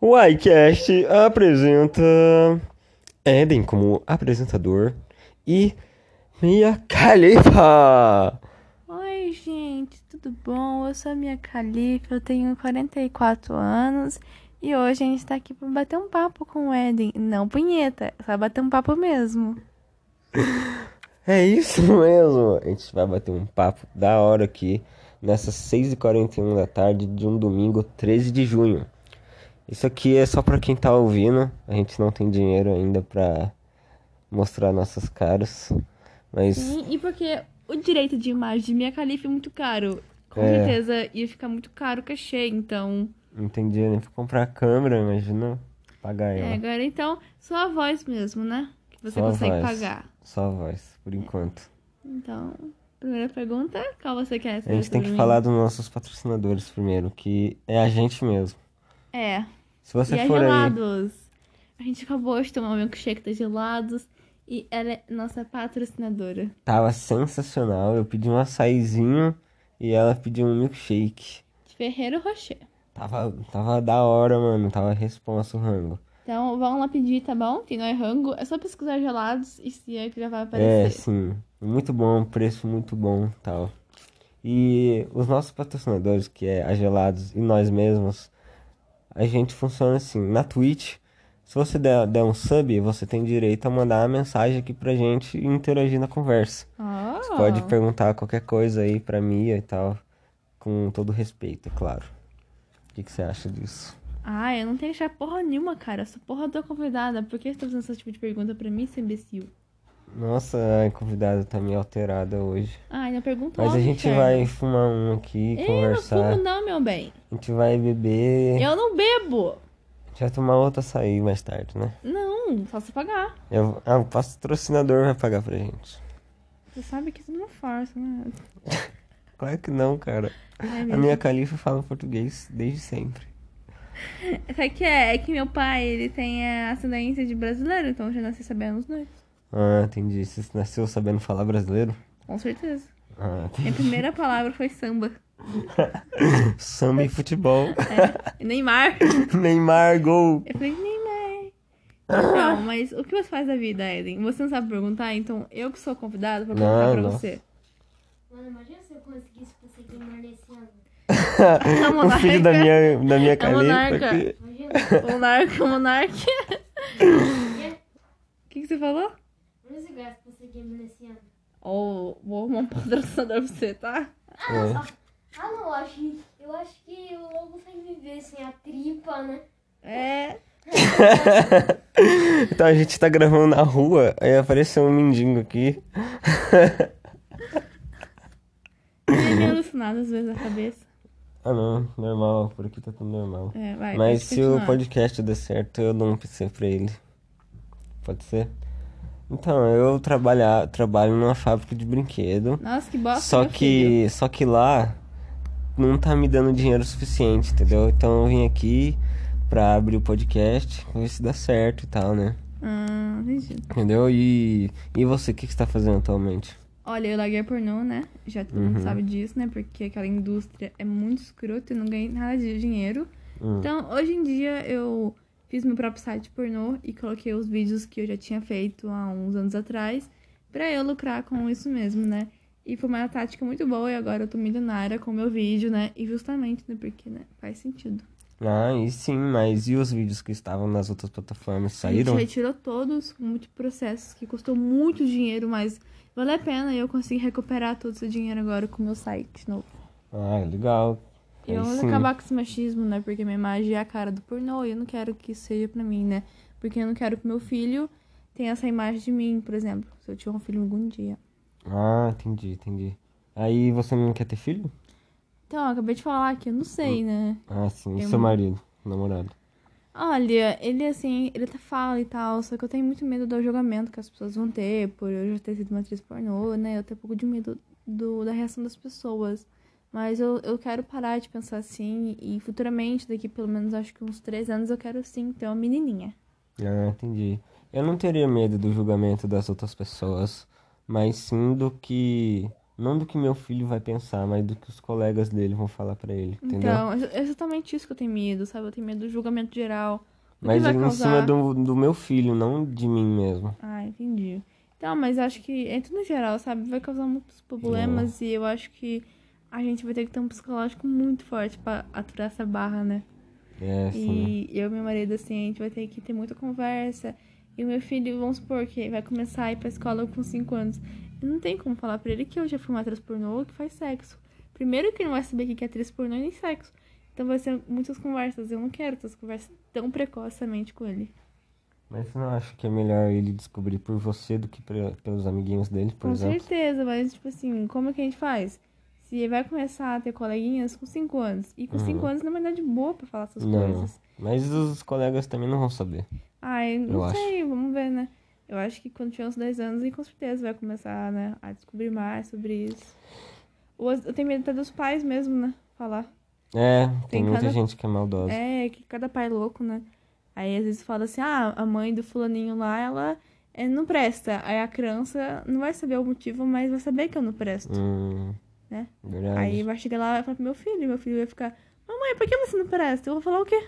O iCast apresenta Eden como apresentador e Mia Khalifa. Oi, gente, tudo bom? Eu sou a Mia Khalifa, eu tenho 44 anos e hoje a gente tá aqui pra bater um papo com o Eden. Não punheta, só bater um papo mesmo. É isso mesmo. A gente vai bater um papo da hora aqui nessas 6h41 da tarde de um domingo 13 de junho. Isso aqui é só pra quem tá ouvindo. A gente não tem dinheiro ainda pra mostrar nossas caras. Mas Sim, e porque o direito de imagem de Mia Khalifa é muito caro. Com É. certeza ia ficar muito caro o cachê, então. não tem dinheiro nem pra comprar a câmera, imagina pagar É, ela. agora então, só a voz mesmo, né? Que você Só a consegue voz. pagar. Só a voz, por enquanto. Então, primeira pergunta, qual você quer A gente tem sobre que mim? falar dos nossos patrocinadores primeiro, que é a gente mesmo. É. Se você e é for aí, gelados. A gente acabou de tomar um milkshake da Gelados e ela é nossa patrocinadora. tava sensacional. Eu pedi um açaizinho e ela pediu um milkshake. De Ferreiro Rocher. Tava, tava da hora, mano. Tava responsa o rango. Então vão lá pedir, tá bom? Tem no rango. É só pesquisar Gelados e se é que já vai É, aparecer. sim. Muito bom, preço muito bom e tal. E os nossos patrocinadores, que é a Gelados e nós mesmos, a gente funciona assim. Na Twitch, se você der, der um sub, você tem direito a mandar uma mensagem aqui pra gente e interagir na conversa. Ah, Você pode perguntar qualquer coisa aí pra Mia e tal, com todo respeito, é claro. O que, que você acha disso? Ah, eu não tenho que achar porra nenhuma, cara. Eu sou porra da convidada. Por que você tá fazendo esse tipo de pergunta pra mim, seu imbecil? Nossa, a convidada tá meio alterada hoje. Ah, não pergunta Mas a logo, gente inferno. vai fumar um aqui, Eu não conversar. É. fumo não, meu bem. A gente vai beber. Eu não bebo. A gente vai tomar outra açaí mais tarde, né? Não, só se pagar. Eu, ah, o patrocinador vai pagar pra gente. Você sabe que isso não força, né? Claro que não, cara. Ai, A meu minha califa fala português desde sempre. Sabe o que é? É que meu pai, ele tem é, ascendência de brasileiro, então eu já nasci sabendo os dois. Ah, entendi. Você nasceu sabendo falar brasileiro? Com certeza. Ah, Minha primeira palavra foi samba. né? samba e futebol. É, Neymar. Neymar, gol. Eu falei, Neymar. Então, mas o que você faz da vida, Eden? Você não sabe perguntar, então eu que sou convidada pra perguntar Não, pra nossa. você. Mano, imagina se eu conseguisse fazer gamer nesse ano. A O filho da minha, da minha califa. É um monarca. aqui. Imagina. Monarca, monarca. Quê? O que, que você falou? Imagina se eu gasto pra ser gamer nesse ano. Oh, vou arrumar um patrocinador pra você, tá? Ah, É. não, ah, não, eu acho, eu acho que o lobo vai me ver sem a tripa, né? É. Então a gente tá gravando na rua, aí apareceu um mendigo aqui. Eu é meio alucinado às vezes na cabeça. Ah não, normal, por aqui tá tudo normal. É, vai. Mas pode se o continuar. podcast der certo, eu dou um PC pra ele. Pode ser? Então, eu trabalhar, trabalho numa fábrica de brinquedo. Nossa, que bosta. só meu que. filho. Só que lá não tá me dando dinheiro suficiente, entendeu? Então eu vim aqui pra abrir o podcast, ver se dá certo e tal, né? Ah, entendi. Entendeu? E. E você, o que, que você tá fazendo atualmente? Olha, eu larguei pornô, né? Já todo Uhum. mundo sabe disso, né? Porque aquela indústria é muito escrota e não ganhei nada de dinheiro. Hum. Então, hoje em dia, eu fiz meu próprio site pornô e coloquei os vídeos que eu já tinha feito há uns anos atrás pra eu lucrar com isso mesmo, né? E foi uma tática muito boa e agora eu tô milionária com o meu vídeo, né? E justamente, né? Porque, né? Faz sentido. Ah, e sim, mas e os vídeos que estavam nas outras plataformas A saíram? gente retirou todos, com muitos processos que custou muito dinheiro, mas vale a pena e eu consegui recuperar todo esse dinheiro agora com o meu site novo. Ah, legal. E Aí vamos sim. acabar com esse machismo, né? Porque minha imagem é a cara do pornô e eu não quero que isso seja pra mim, né? Porque eu não quero que meu filho tenha essa imagem de mim, por exemplo. Se eu tiver um filho algum dia. Ah, entendi, entendi. Aí você não quer ter filho? Então, eu acabei de falar que eu não sei, né? Ah, sim. E Eu seu não. marido, namorado? Olha, ele assim, ele até fala e tal, só que eu tenho muito medo do julgamento que as pessoas vão ter, por eu já ter sido uma atriz pornô, né? Eu tenho um pouco de medo do, da reação das pessoas. Mas eu, eu quero parar de pensar assim, e futuramente, daqui pelo menos acho que uns três anos, eu quero sim ter uma menininha. Ah, entendi. Eu não teria medo do julgamento das outras pessoas, mas sim do que Não do que meu filho vai pensar, mas do que os colegas dele vão falar pra ele, entendeu? Então, é é exatamente isso que eu tenho medo, sabe? Eu tenho medo do julgamento geral. do que mas vai em cima causar. do, do meu filho, não de mim mesmo. Ah, entendi. Então, mas acho que é tudo no geral, sabe? Vai causar muitos problemas e eu acho que a gente vai ter que ter um psicológico muito forte pra aturar essa barra, né? É, assim. E eu e meu marido, assim, a gente vai ter que ter muita conversa. E o meu filho, vamos supor que vai começar a ir pra escola com 5 anos. E não tem como falar pra ele que hoje é uma atriz pornô ou que faz sexo. Primeiro que ele não vai saber o que que é atriz pornô e nem sexo. Então vai ser muitas conversas. Eu não quero essas conversas tão precocemente com ele. Mas você não acha que é melhor ele descobrir por você do que pre- pelos amiguinhos dele, por com exemplo? certeza, mas tipo assim, como é que a gente faz? Se ele vai começar a ter coleguinhas com 5 anos. E com Uhum. 5 anos não é uma idade boa pra falar essas Não. coisas. Mas os colegas também não vão saber. Ai, Eu não acho. sei, vamos ver, né? Eu acho que quando tiver uns 10 anos, ele com certeza vai começar, né, a descobrir mais sobre isso. Ou as- eu tenho medo até dos pais mesmo, né? Falar. É, tem, Tem muita cada- gente que é maldosa. É, que cada pai é louco, né? Aí às vezes fala assim, ah, a mãe do fulaninho lá, ela é, não presta. Aí a criança não vai saber o motivo, mas vai saber que eu não presto. Hum, Né? Verdade. Aí vai chegar lá e vai falar pro meu filho, meu filho vai ficar, mamãe, por que você não presta? Eu vou falar o quê?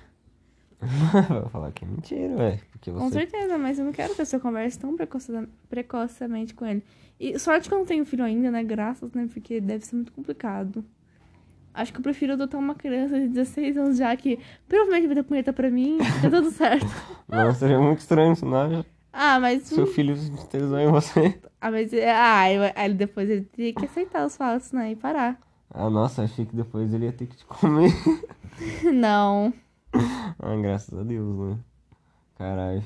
Vai falar que é mentira, velho. Porque Com você. certeza, mas eu não quero ter essa conversa tão precoce- precocemente com ele. E sorte que eu não tenho filho ainda, né? Graças, né? Porque deve ser muito complicado. Acho que eu prefiro adotar uma criança de 16 anos já que provavelmente vai dar punheta pra mim. Tá tudo certo. Não, seria é muito estranho, você não acha? Ah, mas. Seu filho tesão em você. Ah, mas. Ah, eu- aí ele depois ele teria que aceitar os fatos, né? E parar. Ah, nossa, achei que depois ele ia ter que te comer. Não. Ah, graças a Deus, né? Caralho.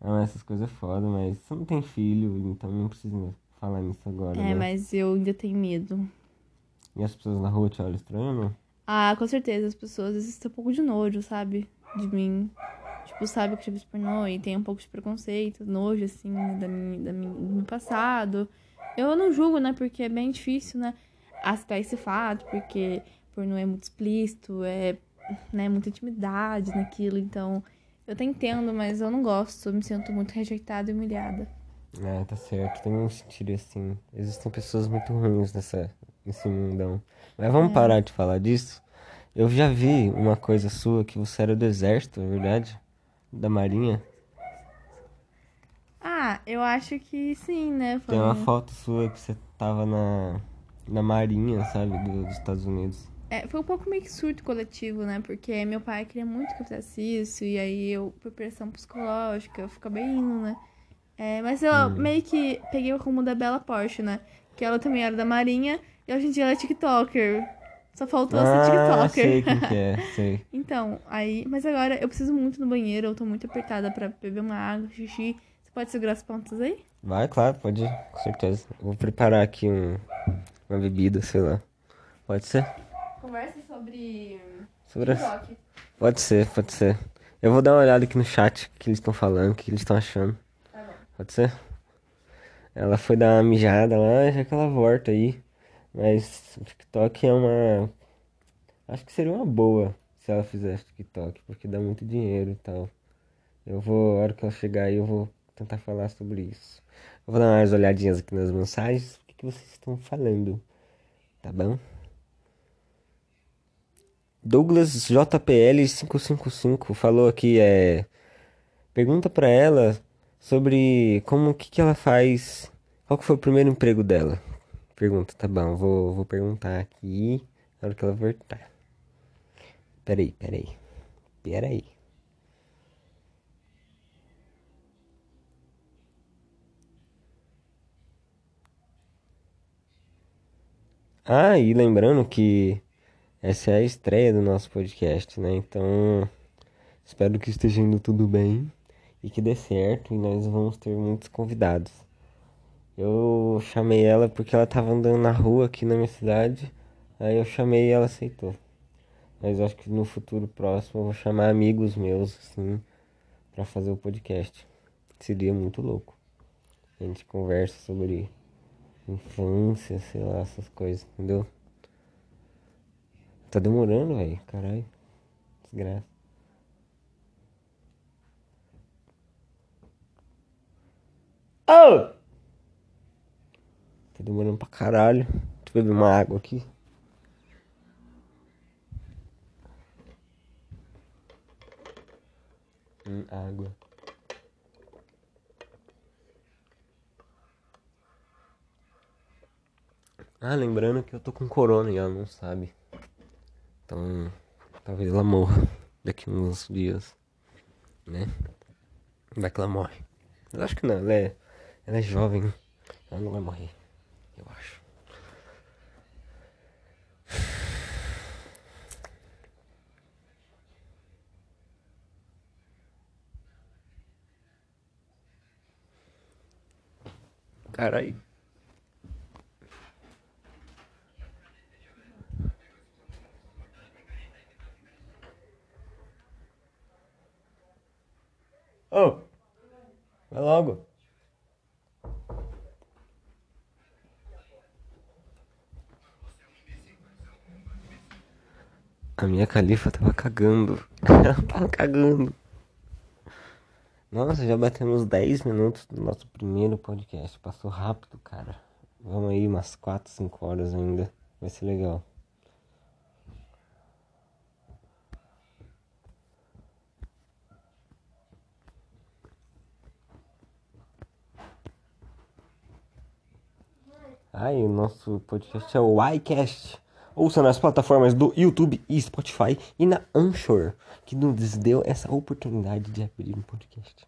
Ah, mas essas coisas é foda, mas você não tem filho, então não precisa falar nisso agora. né? É, mas eu ainda tenho medo. E as pessoas na rua te olham estranho, né? não? Ah, com certeza, as pessoas às vezes têm um pouco de nojo, sabe? De mim. Tipo, sabe que eu tive esse pornô e tem um pouco de preconceito, nojo, assim, né, da minha, da minha, do meu passado. Eu não julgo, né? Porque é bem difícil, né? Aceitar esse fato, porque pornô é muito explícito, é né, muita intimidade naquilo. Então, eu até entendo, mas eu não gosto. Eu me sinto muito rejeitada e humilhada. Ah, tá certo. Tem um sentido assim. Existem pessoas muito ruins nessa, nesse mundão. Mas É. vamos parar de falar disso. Eu já vi uma coisa sua que você era do exército, é verdade? Da marinha. Ah, eu acho que sim, né? Foi Tem uma foto sua que você tava na, na marinha, sabe? do- dos Estados Unidos. É, foi um pouco meio que surto coletivo, né? Porque meu pai queria muito que eu fizesse isso, e aí eu, por pressão psicológica, eu ficava indo, né? É, mas eu Hum. meio que peguei o rumo da Bela Porsche, né? Que ela também era da Marinha, e hoje em dia ela é TikToker. Só faltou ser ah, TikToker. sei quem que é, sei. Então, aí. Mas agora eu preciso muito no banheiro, eu tô muito apertada pra beber uma água, xixi. Você pode segurar as pontas aí? Vai, claro, pode ir, com certeza. Vou preparar aqui um, uma bebida, sei lá. Pode ser? Conversa sobre. Sobre as- Pode ser, pode ser. Eu vou dar uma olhada aqui no chat, o que eles estão falando, o que eles estão achando. Tá Pode ser? Ela foi dar uma mijada lá, já que ela volta aí. Mas o TikTok é uma. Acho que seria uma boa se ela fizesse TikTok, porque dá muito dinheiro e tal. Eu vou, a hora que ela chegar aí, eu vou tentar falar sobre isso. Eu vou dar umas olhadinhas aqui nas mensagens, o que, que vocês estão falando, tá bom? Douglas JPL555 falou aqui, é. Pergunta pra ela sobre como que, que ela faz. Qual que foi o primeiro emprego dela? Pergunta, tá bom, vou, vou perguntar aqui na hora que ela voltar. Peraí, peraí. Peraí. Ah, e lembrando que essa é a estreia do nosso podcast, né? Então, espero que esteja indo tudo bem e que dê certo e nós vamos ter muitos convidados. Eu chamei ela porque ela tava andando na rua aqui na minha cidade, aí eu chamei e ela aceitou. Mas eu acho que no futuro próximo eu vou chamar amigos meus, assim, pra fazer o podcast. Seria muito louco. A gente conversa sobre infância, sei lá, essas coisas, entendeu? Tá demorando, velho. Caralho. Desgraça. Oh! Tá demorando pra caralho. Deixa eu beber uma água aqui. Hum, água. Ah, lembrando que eu tô com corona e ela não sabe. Então, talvez ela morra daqui uns dias, né? Vai que ela morre. Eu acho que não, ela é, ela é jovem. Ela não vai morrer, eu acho. Caralho. Ô, vai logo. A minha califa tava cagando. Ela tava cagando. Nossa, já batemos 10 minutos do nosso primeiro podcast. Passou rápido, cara. Vamos aí, umas 4, 5 horas ainda. Vai ser legal. Ah, e o nosso podcast é o iCast. Ouça nas plataformas do YouTube e Spotify e na Anchor, que nos deu essa oportunidade de abrir um podcast.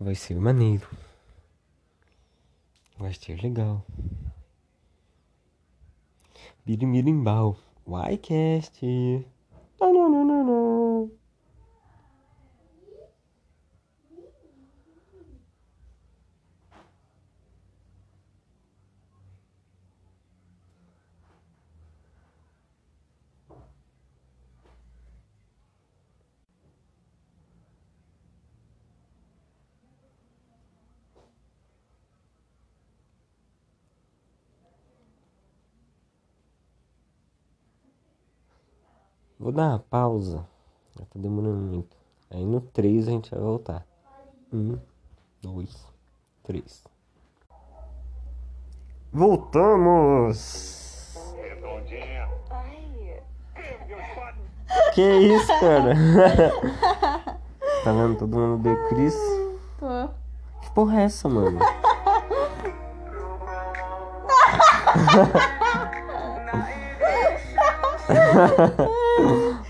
Vai ser maneiro. Vai ser legal. Birimirimbau. Ycast. Não, não, não, não, não. Vou dar uma pausa. Já tá demorando muito. Aí no 3 a gente vai voltar. 1, 2, 3. Voltamos! Que isso, cara? tá vendo? Todo mundo deu Cris. Tô. Que porra é essa, mano?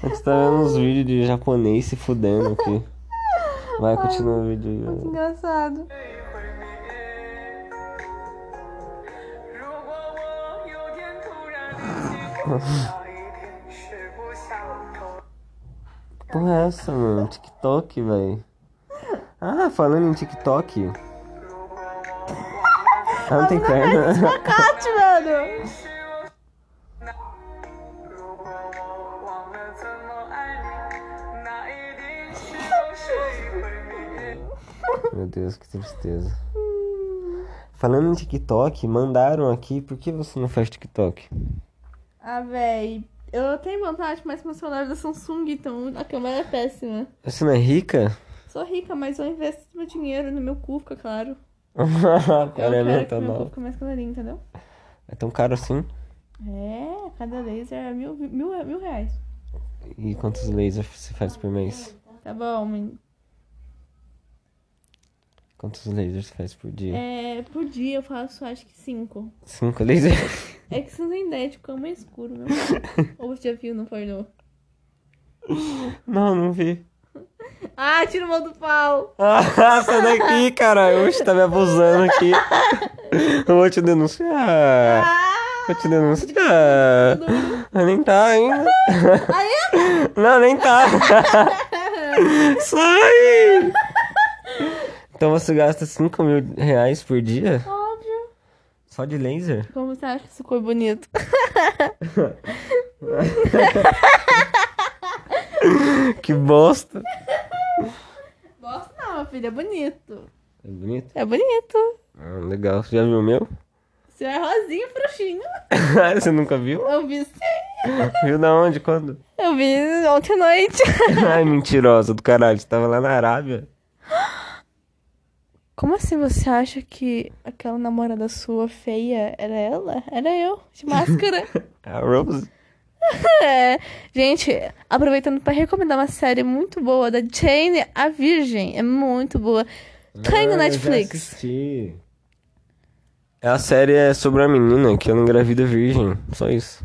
A gente tá vendo uns vídeos de japonês se fudendo aqui. Vai, continua o vídeo. aí. Engraçado. Que porra é essa, mano? TikTok, velho. Ah, falando em TikTok. Ela não tem perna. Cate, velho! 忘了怎么爱你，那一定是我谁毁灭。 Meu Deus, que tristeza. Falando em TikTok, mandaram aqui. Por que você não faz TikTok? Ah, véi. Eu tenho vontade, mas meu celular é da Samsung, então a câmera é péssima. Você não é rica? Sou rica, mas eu investo meu dinheiro no meu cu, fica claro. Eu Cara, é quero que mental meu cu não. fique mais clarinho, entendeu? É tão caro assim? É, cada laser é mil, mil, mil reais. E quantos lasers você faz por mês? Tá bom, men- Quantos lasers você faz por dia? é, por dia eu faço acho que cinco. Cinco lasers? É que você não tem ideia de como é escuro, meu. Ou você já viu no pornô? Não, não vi. Ah, tira o mão do pau! Ah, sai daqui, cara. Oxe, tá me abusando aqui. Eu vou te denunciar. Ah! Vou te denunciar. Ah, Nem tá ainda. Não, nem tá. Sai! Então você gasta 5 mil reais por dia? Óbvio! Só de laser? Como você acha que essa cor bonito? Que bosta. Gosto não, meu filho, é bonito. É bonito? É bonito. Ah, legal. Você já viu o meu? Você é rosinha, frouxinho. você nunca viu? Eu vi sim. Viu da onde? Quando? Eu vi ontem à noite. Ai, mentirosa do caralho. Você tava lá na Arábia. Como assim você acha que aquela namorada sua feia era ela? Era eu, de máscara. A Rose. É. Gente, aproveitando pra recomendar uma série muito boa da Jane, a Virgem. É muito boa. Tá aí Ah, no eu já Netflix. assisti. A série é sobre uma menina que ela engravida virgem. Só isso.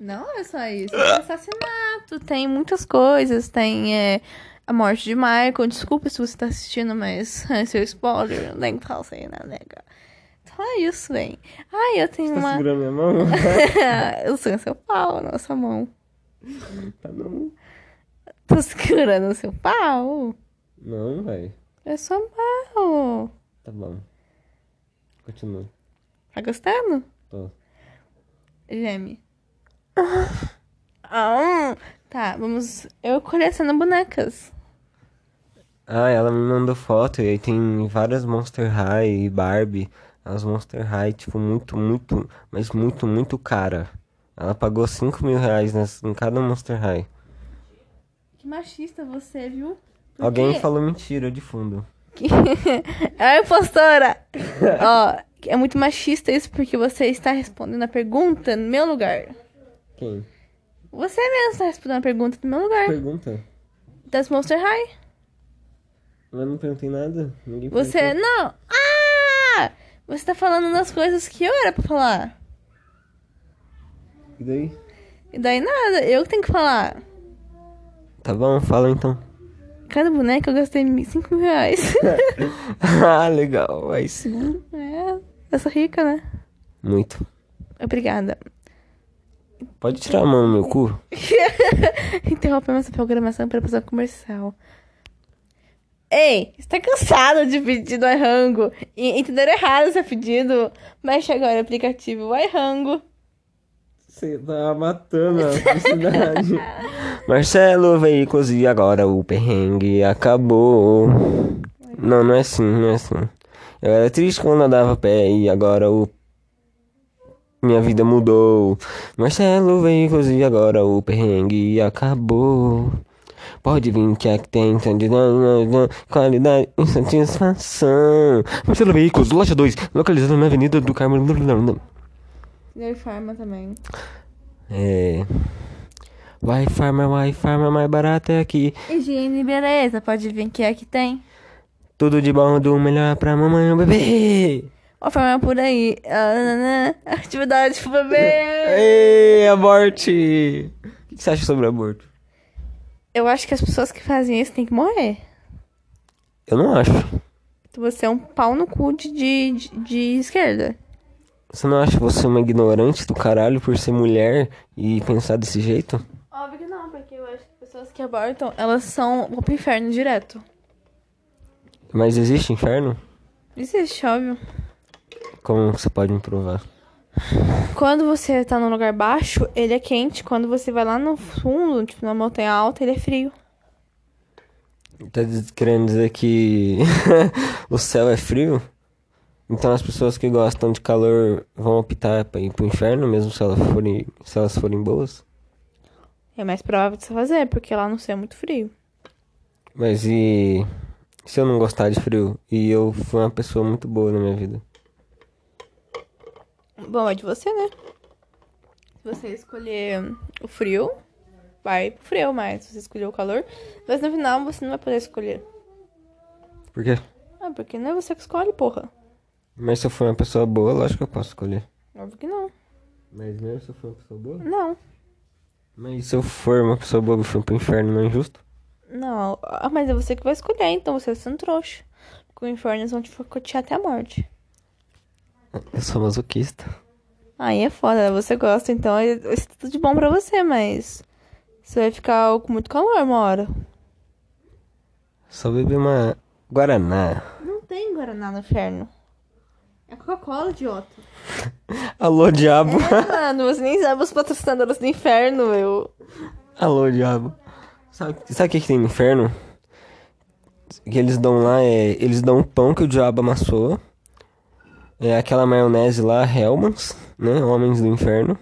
Não é só isso. Tem assassinato, tem muitas coisas. Tem é, a morte de Michael. Desculpa se você tá assistindo, mas é seu spoiler. Não tem que falar isso aí, né, nega? Então é isso, bem. Ai, eu tenho Tá uma. segurando minha mão? eu sou seu pau, nossa mão. Tá não. Tô segurando o seu pau. Não, velho. É sua mão. Tá bom. Continua. Tá gostando? Tô. Geme. Ah, tá, vamos. Eu coleciono bonecas. Ah, ela me mandou foto e aí tem várias Monster High e Barbie. As Monster High, tipo, muito, muito, mas muito, muito cara. Ela pagou 5 mil reais nas, em cada Monster High. Que machista você, viu? Por Alguém quê? falou mentira de fundo. É impostora! Ó, é muito machista isso porque você está respondendo a pergunta no meu lugar. Quem? Você mesmo está respondendo a pergunta no meu lugar. Pergunta. Das Monster High. Eu não perguntei nada. Ninguém Você. perguntou. Não! Ah! Você tá falando das coisas que eu era pra falar. é E daí? E daí nada, eu que tenho que falar. Tá bom, fala então. Cada boneca eu gastei 5 mil reais. ah, legal. Aí sim. é, eu sou rica, né? Muito. Obrigada. Pode tirar a mão no meu cu? Interrompemos a programação para passar comercial. Ei, você tá cansado de pedido iRango? E entenderam errado seu pedido? Baixe agora o aplicativo iRango. Você tá matando a felicidade. Marcelo, veículos e agora o perrengue acabou. Não, não é assim, não é assim. Eu era triste quando andava a pé e agora o. Minha vida mudou. Marcelo, veículos e agora o perrengue acabou. Pode vir que aqui tem tanto- qualidade e satisfação. Marcelo Veículos, loja 2, localizado na Avenida do Carmo. Deu forma também. É. Vai farma, vai farma, mais barato é aqui. Higiene, beleza, pode vir que é que tem. Tudo de bom, do melhor pra mamãe e o bebê. Ó, forma por aí. Ah, nananã. Atividade pro bebê. Ei, aborte! O que que você acha sobre aborto? Eu acho que as pessoas que fazem isso têm que morrer. Eu não acho. Então Você é um pau no cu de, de, de- de esquerda. Você não acha você uma ignorante do caralho por ser mulher e pensar desse jeito? Óbvio que não, porque eu acho que pessoas que abortam, elas são vão pro inferno direto. Mas existe inferno? Existe, óbvio. Como você pode me provar? Quando você tá num lugar baixo, ele é quente. Quando você vai lá no fundo, tipo, na montanha alta, ele é frio. Tá diz- querendo dizer que o céu é frio? Então as pessoas que gostam de calor vão optar pra ir pro inferno, mesmo se elas forem, se elas forem boas? É mais provável de você fazer, porque lá no céu é muito frio. Mas e se eu não gostar de frio? E eu fui uma pessoa muito boa na minha vida. Bom, é de você, né? Se você escolher o frio, vai pro frio, mas se você escolher o calor, mas no final você não vai poder escolher. Por quê? Ah, porque não é você que escolhe, porra. Mas se eu for uma pessoa boa, lógico que eu posso escolher. Óbvio que não. Mas mesmo se eu for uma pessoa boa? Não. Mas se eu for uma pessoa boa e for pro inferno, não é injusto? Não. Ah, mas é você que vai escolher, então você é sendo trouxa. Porque o inferno eles vão te forcotear até a morte. Eu sou masoquista. Aí é foda, você gosta, então é- isso tá tudo de bom pra você, mas. Você vai ficar com muito calor uma hora. Só bebi uma Guaraná. Não tem Guaraná no inferno. É Coca-Cola, idiota. Alô, diabo. É, Mano, você nem sabe os patrocinadores do inferno, meu. Alô, diabo. Sabe sabe o que, que tem no inferno? O que eles dão lá é. Eles dão o pão que o diabo amassou. É aquela maionese lá, Hellmans, né? Homens do inferno.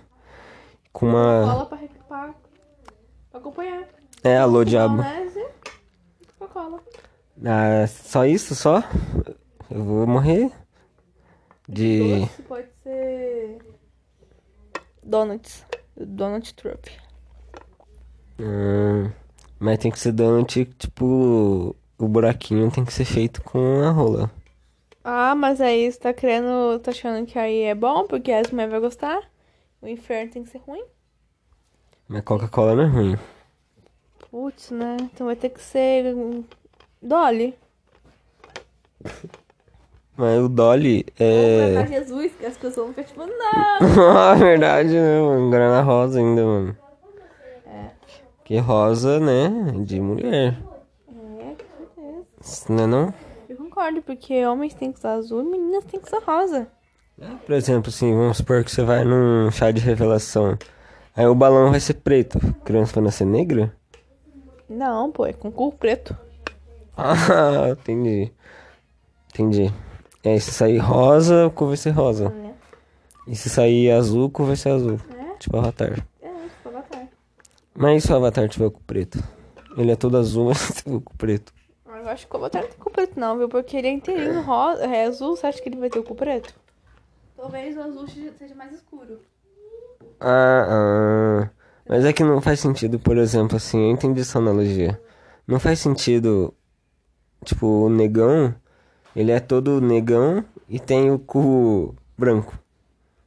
com uma. Cola pra, rec- pra, pra acompanhar. É, alô, diabo. Maionese e Coca-Cola. Ah, só isso? Só? Eu vou morrer? De. Doce pode ser. Donuts. Donut Trump. Hum, mas tem que ser donut, tipo. O buraquinho tem que ser feito com a rola. Ah, mas aí você tá querendo. Tá achando que aí é bom, porque as mulheres vão gostar. O inferno tem que ser ruim. Mas Coca-Cola não é ruim. Putz, né? Então vai ter que ser. um Dolly. Mas o Dolly É. é. Pra Jesus, que as pessoas vão ficar tipo, não! Ah, verdade, né, mano? Grana rosa ainda, mano. Que rosa, né? De mulher. É, com certeza. Isso Não é não? Eu concordo, porque homens têm que usar azul e meninas têm que usar rosa. Por exemplo, assim, vamos supor que você vai num chá de revelação. Aí o balão vai ser preto. A criança vai nascer negra? Não, pô, é com cu preto. Ah, entendi. Entendi. É, se sair rosa, a cor vai ser rosa. Né? E se sair azul, a cor vai ser azul. É. Tipo avatar. É, tipo, avatar. Mas e se o avatar tiver com preto? Ele é todo azul, mas tem com preto. Mas Ah, eu acho que o avatar não tem cu preto, não, viu? Porque ele é inteirinho rosa, é azul, você acha que ele vai ter o cu preto? Talvez o azul seja mais escuro. Ah, ah. Mas é que não faz sentido, por exemplo, assim, eu entendi essa analogia. Não faz sentido, tipo, o negão, ele é todo negão e tem o cu branco.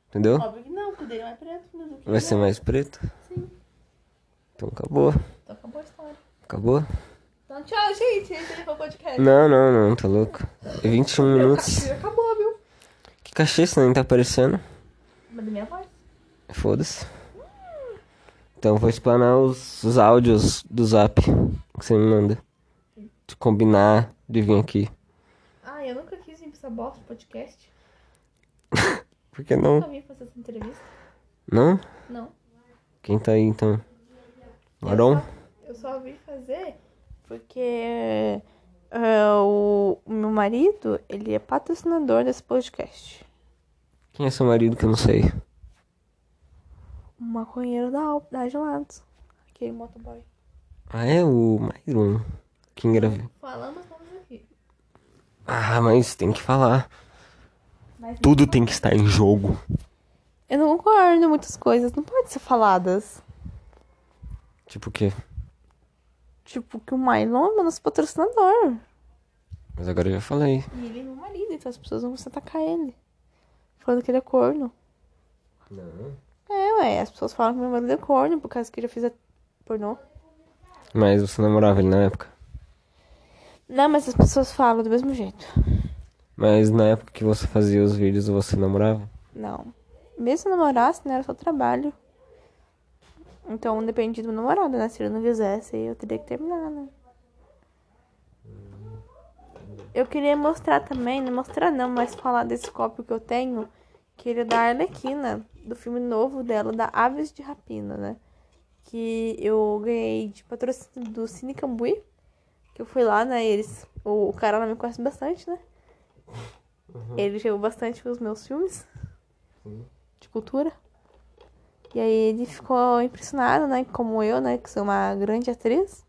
Entendeu? Óbvio que não, o cu dele é preto, mas o que Vai ser mais preto? Sim. Então acabou. Então acabou a história. Acabou? Então tchau, gente. Esse aí foi o podcast. Não, não, não, tá louco. É 21 minutos. Acabou, viu? Que cachê isso nem tá aparecendo? Mas da minha voz. Foda-se. Então vou explanar os, os áudios do zap que você me manda. De combinar de vir aqui. Ah, eu nunca quis vir pra essa bosta de podcast. Por que não? Nunca vim fazer essa entrevista. Não? Não. Quem tá aí então? Maron? Eu só vim fazer porque é, o, o meu marido, ele é patrocinador desse podcast. Quem é seu marido que eu não sei? O Um maconheiro da, Al- da Gelados. Aquele motoboy. Ah, é o Myron. Quem gravou? Falamos, estamos aqui. Ah, mas tem que falar. Tudo tem que estar em jogo. Eu não concordo, muitas coisas não podem ser faladas. Tipo o quê? Tipo, que o Mylon é o nosso patrocinador. Mas agora eu já falei. E ele é meu marido, então as pessoas vão se atacar ele. Falando que ele é corno. Não. É, ué, as pessoas falam que meu marido é corno por causa que ele já fez a pornô. Mas você namorava ele na época? Não, mas as pessoas falam do mesmo jeito. Mas na época que você fazia os vídeos, você namorava? Não. Mesmo se eu namorasse, né? Era só trabalho. Então depende do meu namorado, né? Se ele não quisesse, eu teria que terminar, né? Eu queria mostrar também, não mostrar não, mas falar desse copo que eu tenho, que ele é da Arlequina, do filme novo dela, da Aves de Rapina, né? Que eu ganhei de patrocínio do Cine Cambuí, que eu fui lá, né? e Eles, o, o cara lá me conhece bastante, né? Ele chegou bastante os meus filmes de cultura. E aí ele ficou impressionado, né? Como eu, né? Que sou uma grande atriz.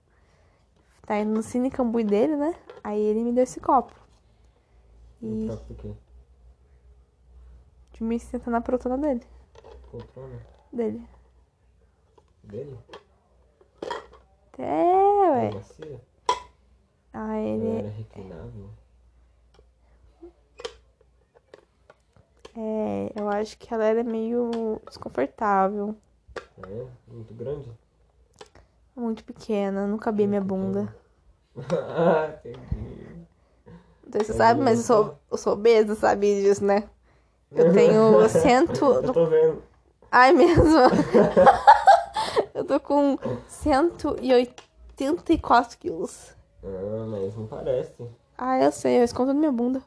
Tá indo no Cine Cambuí dele, né? Aí ele me deu esse copo. E Então. de me sentar na poltrona dele. Dele. Dele? É, ué. assim, Aí ele... reclinável? É, eu acho que ela era meio desconfortável. É? Muito grande? Muito pequena, não cabia minha bunda. ah, entendi. Não sei se você sabe, mas eu sou, eu sou obesa, sabe disso, né? Eu tenho cento... Eu tô vendo. Ai, mesmo. eu tô com 184 quilos. Ah, mas não parece. Ah, eu sei, eu escondo na minha bunda.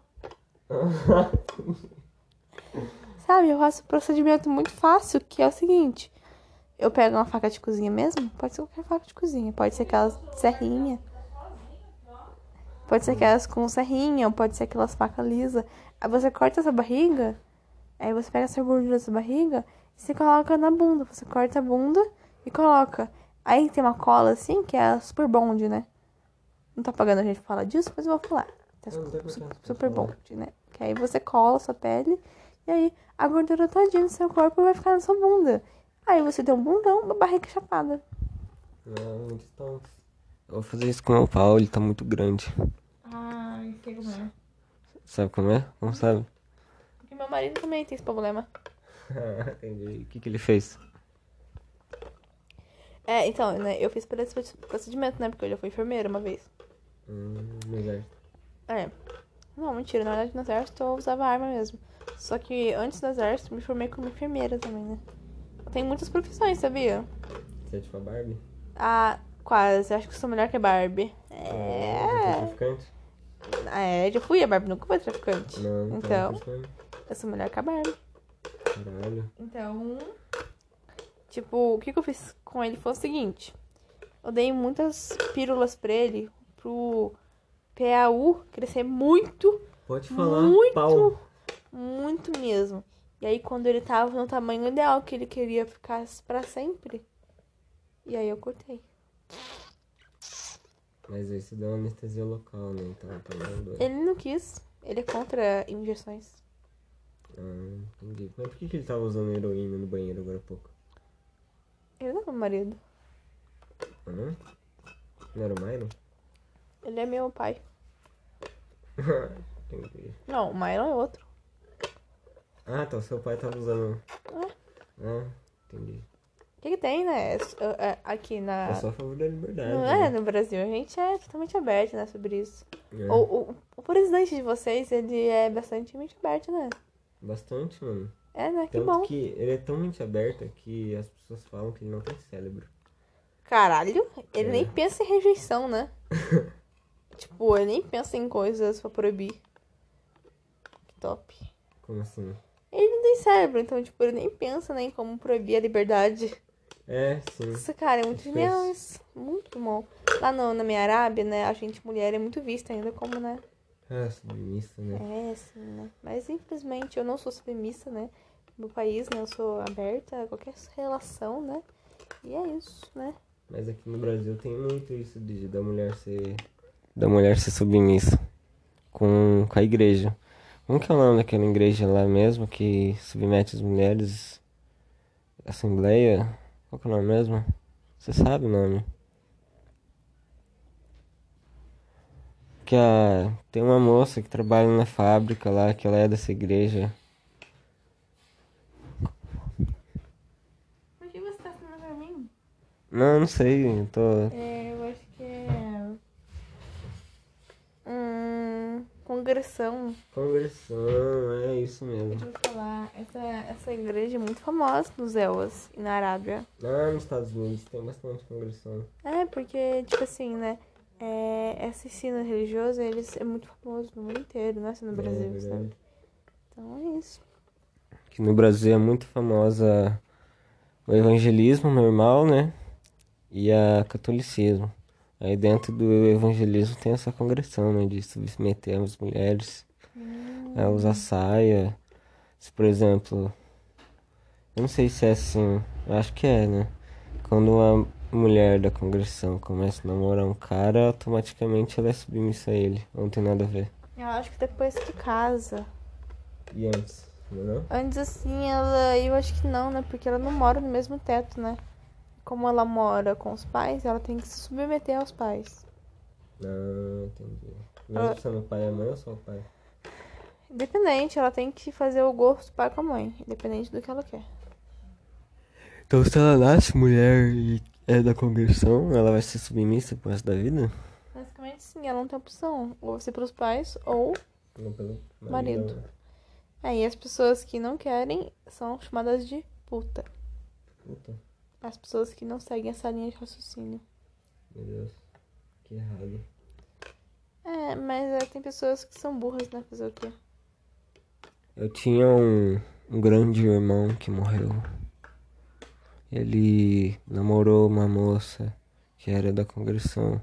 Sabe, eu faço um procedimento muito fácil, que é o seguinte. Eu pego uma faca de cozinha mesmo, pode ser qualquer faca de cozinha, pode ser aquelas de serrinha. Pode ser aquelas com serrinha, ou pode ser aquelas facas lisa. Aí você corta essa barriga, Aí você pega essa gordura da sua barriga e você coloca na bunda. Você corta a bunda e coloca. Aí tem uma cola assim, que é a super bonde, né? Não tá pagando a gente pra falar disso, mas eu vou falar. Tá Não, não tem super, problema, pode super falar. bonde, né? Que aí você cola a sua pele e aí a gordura todinha do seu corpo vai ficar na sua bunda. Aí você tem um bundão, uma barriga chapada. Não, eles tão- Eu vou fazer isso com o meu pau, ele tá muito grande. Ah, sei como é. Sabe como é? Não sabe? Porque meu marido também tem esse problema. Ah, Entendi. O que, que ele fez? É, então, né? Eu fiz por esse procedimento, né? Porque eu já fui enfermeira uma vez. Hum, melhor. É. Não, mentira. Na verdade, no exército eu usava arma mesmo. Só que antes do exército, eu me formei como enfermeira também, né? Tem muitas profissões, sabia? Você é tipo a Barbie? Ah, quase. Acho que eu sou melhor que a Barbie. Você É. traficante? Ah, é, já fui a Barbie, nunca foi traficante. é Então, eu sou melhor que a Barbie. Caralho. Então, tipo, o que, que eu fiz com ele foi o seguinte: eu dei muitas pílulas pra ele, pro PAU crescer muito, Pode falar, Muito. pau. pau. muito mesmo. E aí, quando ele tava no tamanho ideal que ele queria ficar pra sempre, e aí eu cortei. Mas isso deu uma anestesia local, né? Então tá meio doido. Ele não quis, ele é contra injeções. Ah, entendi. Mas por que, que ele tava usando heroína no banheiro agora há pouco? Ele não é meu marido, Hã? Não era o Myron? ele é meu pai. entendi. Não, o Myron é outro. Ah, tá. O seu pai tava usando. Ah, entendi. O que, que tem, né? É, é, Aqui na. É só a favor da liberdade. Não né? é no Brasil, a gente é totalmente aberto, né, sobre isso. É. O, o, o presidente de vocês, ele é bastante mente aberta, né? Bastante, mano. É, né? Que Tanto bom. que ele é tão mente aberta que as pessoas falam que ele não tem cérebro. Caralho, ele É. nem pensa em rejeição, né? tipo, ele nem pensa em coisas pra proibir. Que top. Como assim? Ele não tem cérebro, então, tipo, ele nem pensa nem como proibir a liberdade. É, sim. Isso, cara, é muito Isso. genial isso. Muito bom. Lá no, na minha Arábia, né, a gente mulher é muito vista ainda como, né? Ah, submissa, né? É, assim, né? Mas infelizmente eu não sou submissa, né? No meu país, né? Eu sou aberta a qualquer relação, né? E é isso, né? Mas aqui no Brasil tem muito isso de da mulher ser. Da mulher ser submissa com, com a igreja. Como que é o nome daquela igreja lá mesmo que submete as mulheres? Assembleia? Qual que é o nome mesmo? Você sabe o nome? Que a, tem uma moça que trabalha na fábrica lá, que ela é dessa igreja. Por que você tá falando pra mim? Não, não sei, eu tô. É, eu acho que é. Hum. Congressão, Conversão, é isso mesmo. deixa eu falar. Essa, essa igreja é muito famosa nos Elvas e na Arábia. Lá nos Estados Unidos tem bastante congressão. É, porque, tipo assim, né? É, esse ensino religioso, eles é muito famoso no mundo inteiro, não é só no Brasil, verdade. sabe? Então é isso. que no Brasil é muito famosa o evangelismo normal, né? E a catolicismo. Aí dentro do evangelismo tem essa congressão, né? De submeter as mulheres a Hum. usar saia. Se, por exemplo, eu não sei se é assim, eu acho que é, né? Quando uma mulher da congressão começa a namorar um cara, automaticamente ela é submissa a ele. Não tem nada a ver. Eu acho que depois que casa. E antes, não? Antes assim, ela. Eu acho que não, né? Porque ela não mora no mesmo teto, né? Como ela mora com os pais, ela tem que se submeter aos pais. Não, entendi. Ela- Mesmo sendo pai e mãe ou só pai? Independente, ela tem que fazer o gosto do pai com a mãe, independente do que ela quer. Então se ela nasce mulher e é da congressão, ela vai ser submissa pro resto da vida? Basicamente, sim, ela não tem opção. Ou ser pelos pais, ou. Não, pelo Marido. Aí as pessoas que não querem são chamadas de puta. Puta, As pessoas que não seguem essa linha de raciocínio. meu Deus. Que errado. É, mas é, tem pessoas que são burras, né? Fazer o quê? Eu tinha um, um grande irmão que morreu. Ele namorou uma moça que era da congressão.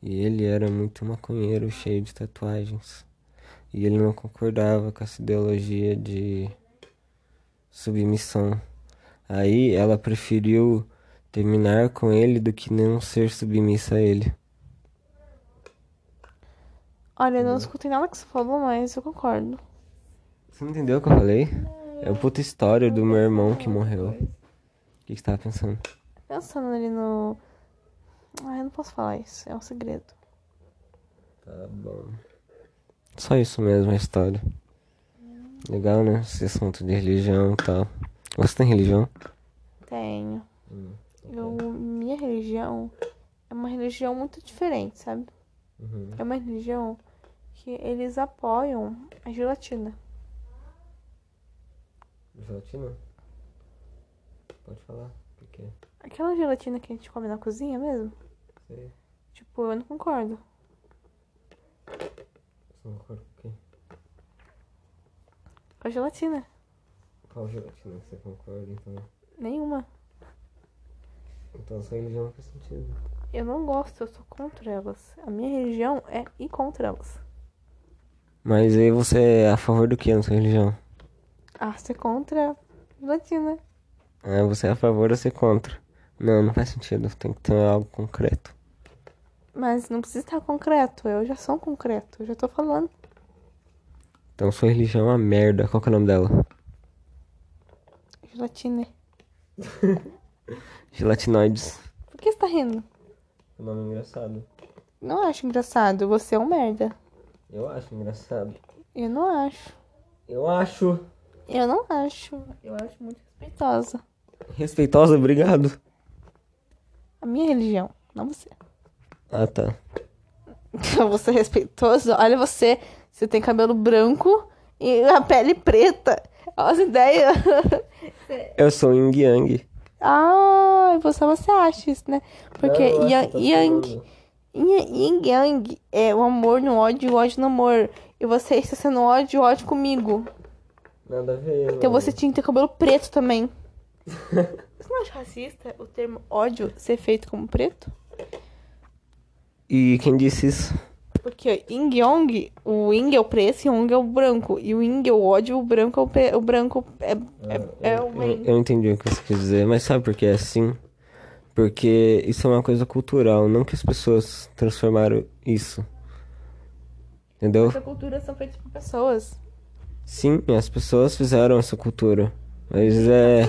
E ele era muito maconheiro, cheio de tatuagens. E ele não concordava com essa ideologia de submissão. Aí ela preferiu terminar com ele do que não ser submissa a ele. Olha, eu não escutei nada que você falou, mas eu concordo. Você não entendeu o que eu falei? É a puta história do meu irmão que morreu. O que que você tava pensando? Pensando ali no. Ah, eu não posso falar isso, é um segredo. Tá bom. Só isso mesmo a história. Legal, né? Esse assunto de religião e tal. Você tem religião? Tenho. Eu, minha religião é uma religião muito diferente, sabe? Uhum. É uma religião que eles apoiam a gelatina. Gelatina? Pode falar. Por quê? Aquela gelatina que a gente come na cozinha mesmo? Sei. Tipo, eu não concordo. Você não concorda com quem? Com a gelatina. Qual gelatina que você concorda, então? Nenhuma. Então sua religião não faz sentido. Eu não gosto, eu sou contra elas. A minha religião é ir contra elas. Mas aí você é a favor do que na sua religião? Ah, ser contra a gelatina. Ah, você é a favor ou você é contra? Não, não faz sentido. Tem que ter algo concreto. Mas não precisa estar concreto, eu já sou um concreto, eu já tô falando. Então sua religião é uma merda. Qual que é o nome dela? Gelatina. Gelatinoides. Por que você tá rindo? É um nome engraçado. Não acho engraçado, você é um merda. Eu acho engraçado. Eu não acho. Eu acho. Eu não acho. Eu acho muito respeitosa. Respeitosa, obrigado. A minha religião, não você. Ah, tá. Você é respeitoso? Olha você. Você tem cabelo branco e a pele preta. Olha as ideias. Eu sou Ying Yang. Ah, você, você acha isso, né? Porque Não, eu acho que tá yang, yang, falando. yin yang é o amor no ódio e o ódio no amor. E você está sendo ódio e ódio comigo. Nada a ver. Então mano. você tinha que ter cabelo preto também. Você não acha racista o termo ódio ser feito como preto? E quem disse isso? Porque Ying Yong, o Ying é o preto e o Yong é o branco. E o Ying é o ódio, o branco é o, pre- o branco é, é, é o Eu, bem. eu entendi o que você quis dizer, mas sabe por que é assim? Porque isso é uma coisa cultural, não que as pessoas transformaram isso. Entendeu? Essa cultura são feitas por pessoas. Sim, as pessoas fizeram essa cultura. Mas é.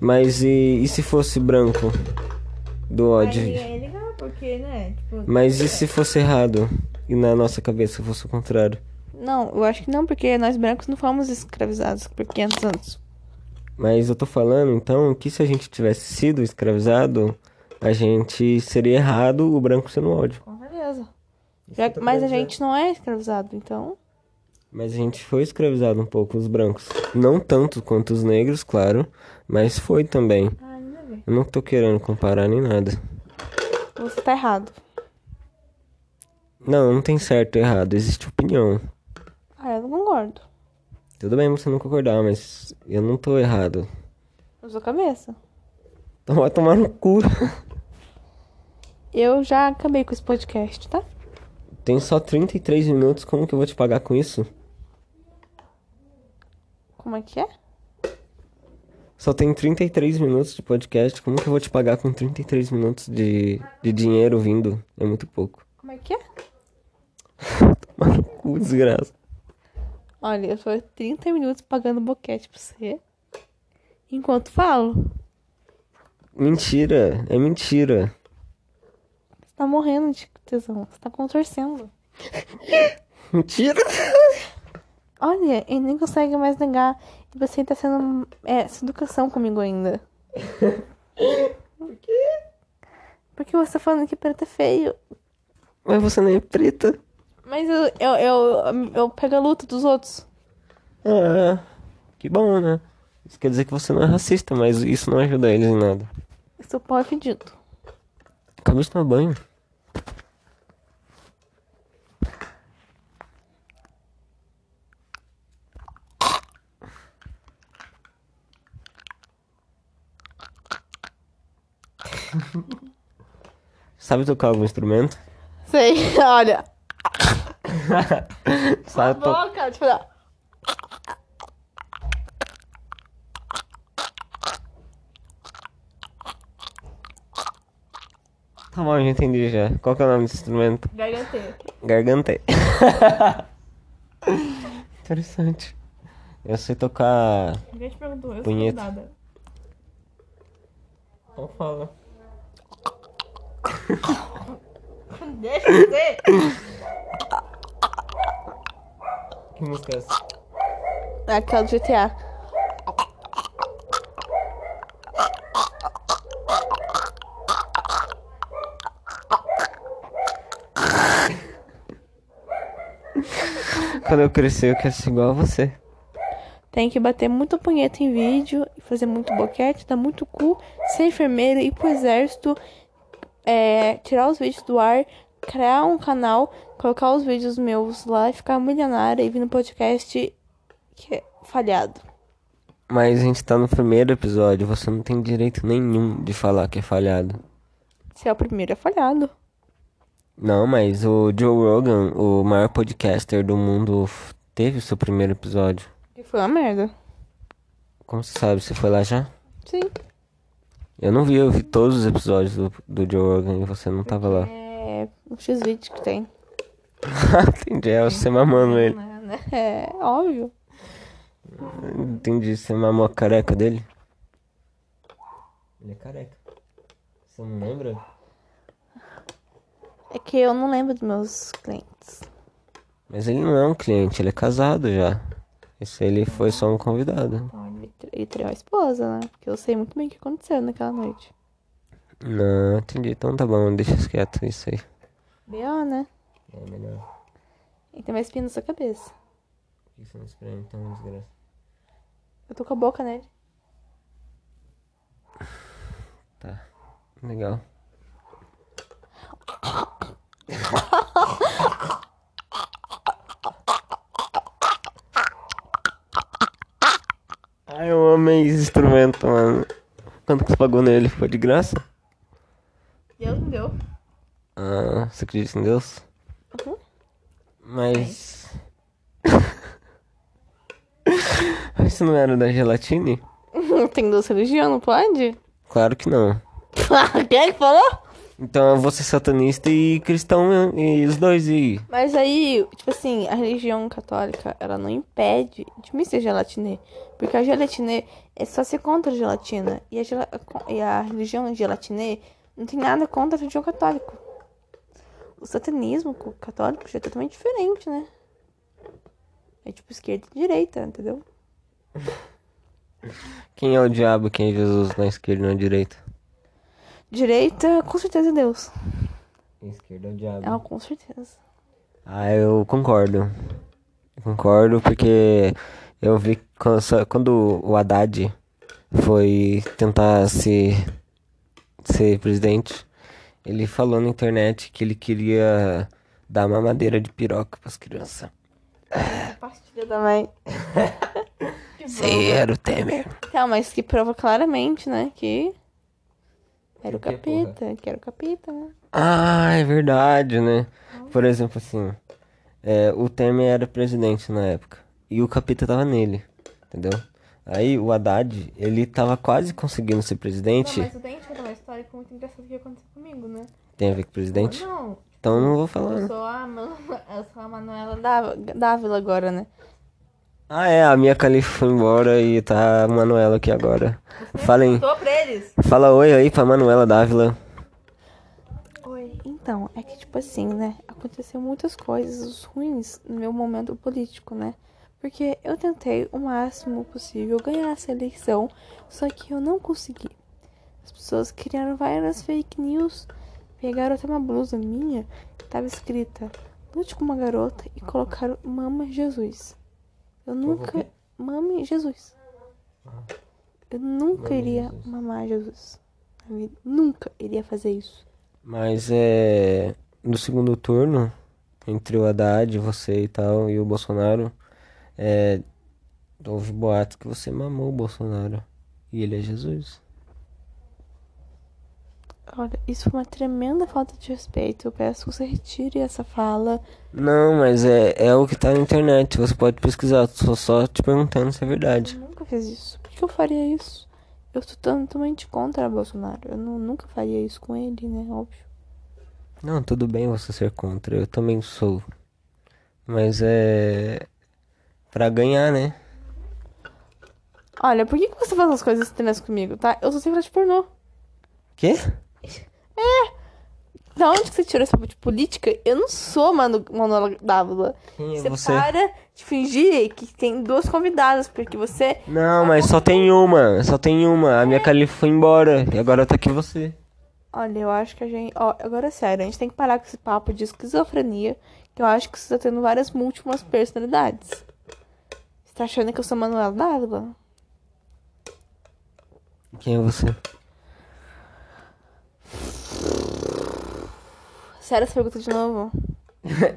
Mas e, e se fosse branco? Do ódio. É legal, porque, né? Tipo, Mas e se fosse errado? E na nossa cabeça fosse o contrário? Não, eu acho que não, porque nós brancos não fomos escravizados por 500 anos. Mas eu tô falando então que se a gente tivesse sido escravizado, a gente seria errado o branco sendo ódio. Com certeza. que eu tô mas a querendo gente não é escravizado, então. Mas a gente foi escravizado um pouco, os brancos. Não tanto quanto os negros, claro, mas foi também. Ah, Eu não tô querendo comparar nem nada. Você tá errado. Não, não tem certo e errado, existe opinião. Ah, eu não concordo. Tudo bem você não concordar, mas eu não tô errado. Eu sou cabeça. Então vai tomar no cu. Eu já acabei com esse podcast, tá? Tem só 33 minutos, como que eu vou te pagar com isso? Como é que é? Só tem 33 minutos de podcast, como que eu vou te pagar com 33 minutos de, de dinheiro vindo? É muito pouco. Como é que é? Tomar no cu, desgraça. Olha, eu tô 30 minutos pagando boquete pra você. Enquanto falo, Mentira, é mentira. você tá morrendo de tesão. Você tá contorcendo. Mentira! Olha, ele nem consegue mais negar. E você tá sendo é, sem educação comigo ainda. Por quê? Porque você tá falando que preto é feio. Mas você nem é preta. Mas eu, eu, eu, eu pego a luta dos outros. Ah, que bom, né? Isso quer dizer que você não é racista, mas isso não ajuda eles em nada. Seu pau é fedido. Acabei de tomar banho. Sabe tocar algum instrumento? Sei, olha. Sabe to- Boca, tipo, ó. Tá bom, já entendi já. Qual que é o nome desse instrumento? Garganteia. Garganta. Interessante. Eu sei tocar. Ninguém te perguntou, eu Punheta. sou convidada. Não fala. Deixa eu ser! Que música é essa? É aquela do GTA. Quando eu crescer, eu quero ser igual a você. Tem que bater muita punheta em vídeo, fazer muito boquete, dar muito cu, ser enfermeira, ir pro exército, é, tirar os vídeos do ar, criar um canal, colocar os vídeos meus lá e ficar milionária e vir no podcast que é falhado. Mas a gente tá no primeiro episódio, você não tem direito nenhum de falar que é falhado. Se é o primeiro, é falhado. Não, mas o Joe Rogan, o maior podcaster do mundo, f- teve o seu primeiro episódio. E foi uma merda. Como você sabe? Você foi lá já? Sim. Eu não vi, eu vi todos os episódios do, do Joe Rogan e você não tava lá. É um X-vídeo que tem. Entendi, é você mamando ele. né? É óbvio. Entendi, você mamou a careca dele? Ele é careca. Você não lembra? É que eu não lembro dos meus clientes. Mas ele não é um cliente, ele é casado já. Esse ele foi só um convidado. Então, ele, tra- ele traiu a esposa, né? Porque eu sei muito bem o que aconteceu naquela noite. Não, entendi. Então tá bom, deixa isso quieto isso aí. B.O., né? É melhor. E tem uma espinha na sua cabeça. Por que você não espreme então, desgraça? Eu tô com a boca nele. Legal. Ai, eu amei esse instrumento, mano. Quanto que você pagou nele? Foi de graça? Deus me deu. Ah, você acredita em Deus? Uhum. Mas. Mas isso não era da Gelatine? tem duas religiões, não pode? Claro que não. Quem é que falou? Então eu vou ser satanista e cristão e os dois e. Mas aí, tipo assim, a religião católica, ela não impede de me ser gelatinê. Porque a gelatinê é só ser contra a gelatina. E a, gela- e a religião gelatinê não tem nada contra a religião católica. O satanismo co- católico já é totalmente diferente, né? É tipo esquerda e direita, entendeu? Quem é o diabo, quem é Jesus na esquerda e na direita? Direita, com certeza é Deus. Esquerda é o diabo. Ela, com certeza. Ah, eu concordo. Eu concordo porque eu vi quando essa- quando o Haddad foi tentar se ser presidente, ele falou na internet que ele queria dar mamadeira de piroca pras crianças. Partilha também. Você era o Temer. Tá, mas que prova claramente, né? Que. Era o Que o quê, capeta, que era o capeta, né? Ah, é verdade, né? Por exemplo, assim, é, o Temer era presidente na época e o Capita tava nele, entendeu? Aí o Haddad, ele tava quase conseguindo ser presidente. Não, mas eu tenho que te contar uma história que foi muito engraçada que aconteceu comigo, né? Ah, Tem a ver com o presidente? Não, Então não vou eu falar. sou a, Manu... eu sou a Manuela da... Dá- Dávila agora, né? Ah, é, a minha califa foi embora e tá a Manuela aqui agora. Falem, Tô pra eles! fala oi aí pra Manuela Dávila. Oi. Então, é que tipo assim, né? Aconteceu muitas coisas ruins no meu momento político, né? Porque eu tentei o máximo possível ganhar essa eleição, só que eu não consegui. As pessoas criaram várias fake news, pegaram até uma blusa minha que tava escrita Lute com uma garota e colocaram Mama Jesus. Eu é? nunca. Mame Jesus. Eu nunca Ah. Mame iria Jesus. mamar Jesus. na vida. Nunca iria fazer isso. Mas é. No segundo turno, entre o Haddad, você e tal, e o Bolsonaro, é, houve boatos que você mamou o Bolsonaro. E ele é Jesus. Olha, isso foi uma tremenda falta de respeito. Eu peço que você retire essa fala. Não, mas é, é o que tá na internet, você pode pesquisar, tô só te perguntando se é verdade. Eu nunca fiz isso. Por que eu faria isso? Eu sou totalmente contra Bolsonaro. Eu nu- nunca faria isso com ele, né? Óbvio. Não, tudo bem você ser contra, eu também sou. Mas é. Pra ganhar, né? Olha, por que, que você faz as coisas estranhas comigo, tá? Eu sou sempre de pornô. Quê? Da onde que você tirou esse papo de política? Eu não sou Manu, Manoela Dávila. Quem é você, você? para de fingir que tem duas convidadas, porque você. Não, mas só tem uma, só tem uma. A minha É. califa foi embora e agora tá aqui você. Olha, eu acho que a gente. Ó, agora é sério, a gente tem que parar com esse papo de esquizofrenia, que eu acho que você tá tendo várias múltiplas personalidades. Você tá achando que eu sou Manuela Dávila? Quem é você? Sério, essa pergunta de novo?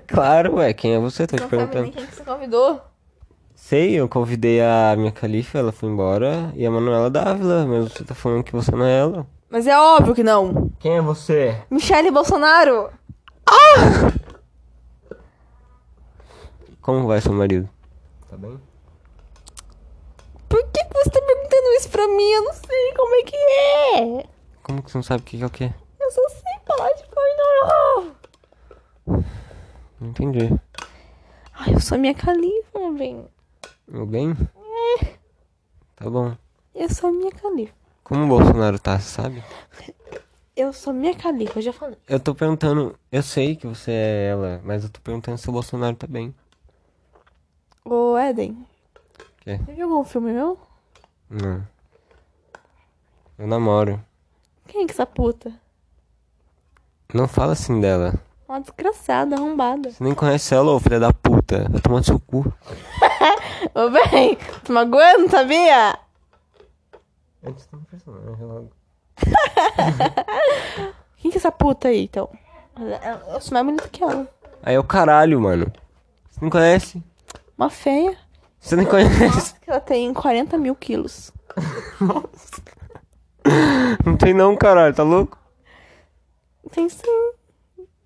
Claro, ué, quem é você? Tô te Não sabe perguntando. nem quem que você convidou. Sei, eu convidei a minha califa, ela foi embora, e a Manuela Dávila, mas você tá falando que você não é ela. Mas é óbvio que não! Quem é você? Michele Bolsonaro! Como vai seu marido? Tá bem? Por que que você tá perguntando isso pra mim? Eu não sei como é que é! Como que você não sabe o que que é o quê? Eu só sei falar de pornô! Não entendi. Ai, eu sou a minha califa, bem. Meu bem? Tá bom. Eu sou a minha califa. Como o Bolsonaro tá, você sabe? Eu sou a minha califa, eu já falei. Eu tô perguntando, eu sei que você é ela, mas eu tô perguntando se o Bolsonaro tá bem. Ô, Eden. Quê? Você jogou um filme meu? Não. Eu namoro. Quem é que essa puta? Não fala assim dela. Uma desgraçada, arrombada. Você nem conhece ela, ô filha da puta. Vai tomar no seu cu. Ô, bem, tu magoando, sabia? Antes não personagem logo. Quem que é essa puta aí, então? Ela- Eu sou mais bonita que ela. Aí é o caralho, mano. Você não conhece? Uma feia. Você nem conhece? Que ela tem 40 mil quilos. Não tem não, caralho, tá louco? Tem sim.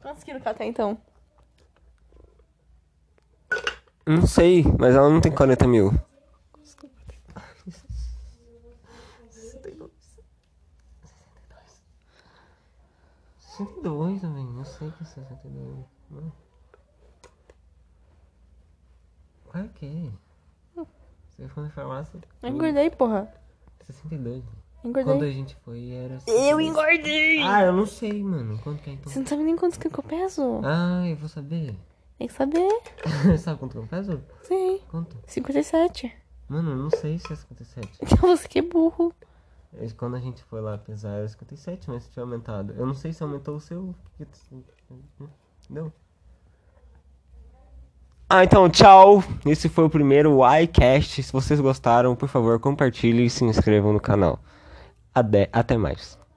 Quantos quilos que ela tem, então? Não sei, mas ela não tem 40 mil. dois também, eu sei que é 62. Vai o quê? Você ficou na farmácia? Eu engordei, porra. 62. Engordei. a gente foi era. assim, Eu engordei! Ah, eu não sei, mano. Quanto que é então? Você não sabe nem quantos quilos que eu peso? Ah, eu vou saber. Tem que saber. Sabe quanto que eu peso? Sim. Quanto? 57. Mano, eu não sei se é 57. Então você que é burro. Eles- Quando a gente foi lá pesar era 57, mas tinha aumentado. Eu não sei se aumentou o seu. Não. Ah, então, tchau! Esse foi o primeiro iCast. Se vocês gostaram, por favor, compartilhem e se inscrevam no canal. Ade- Até mais.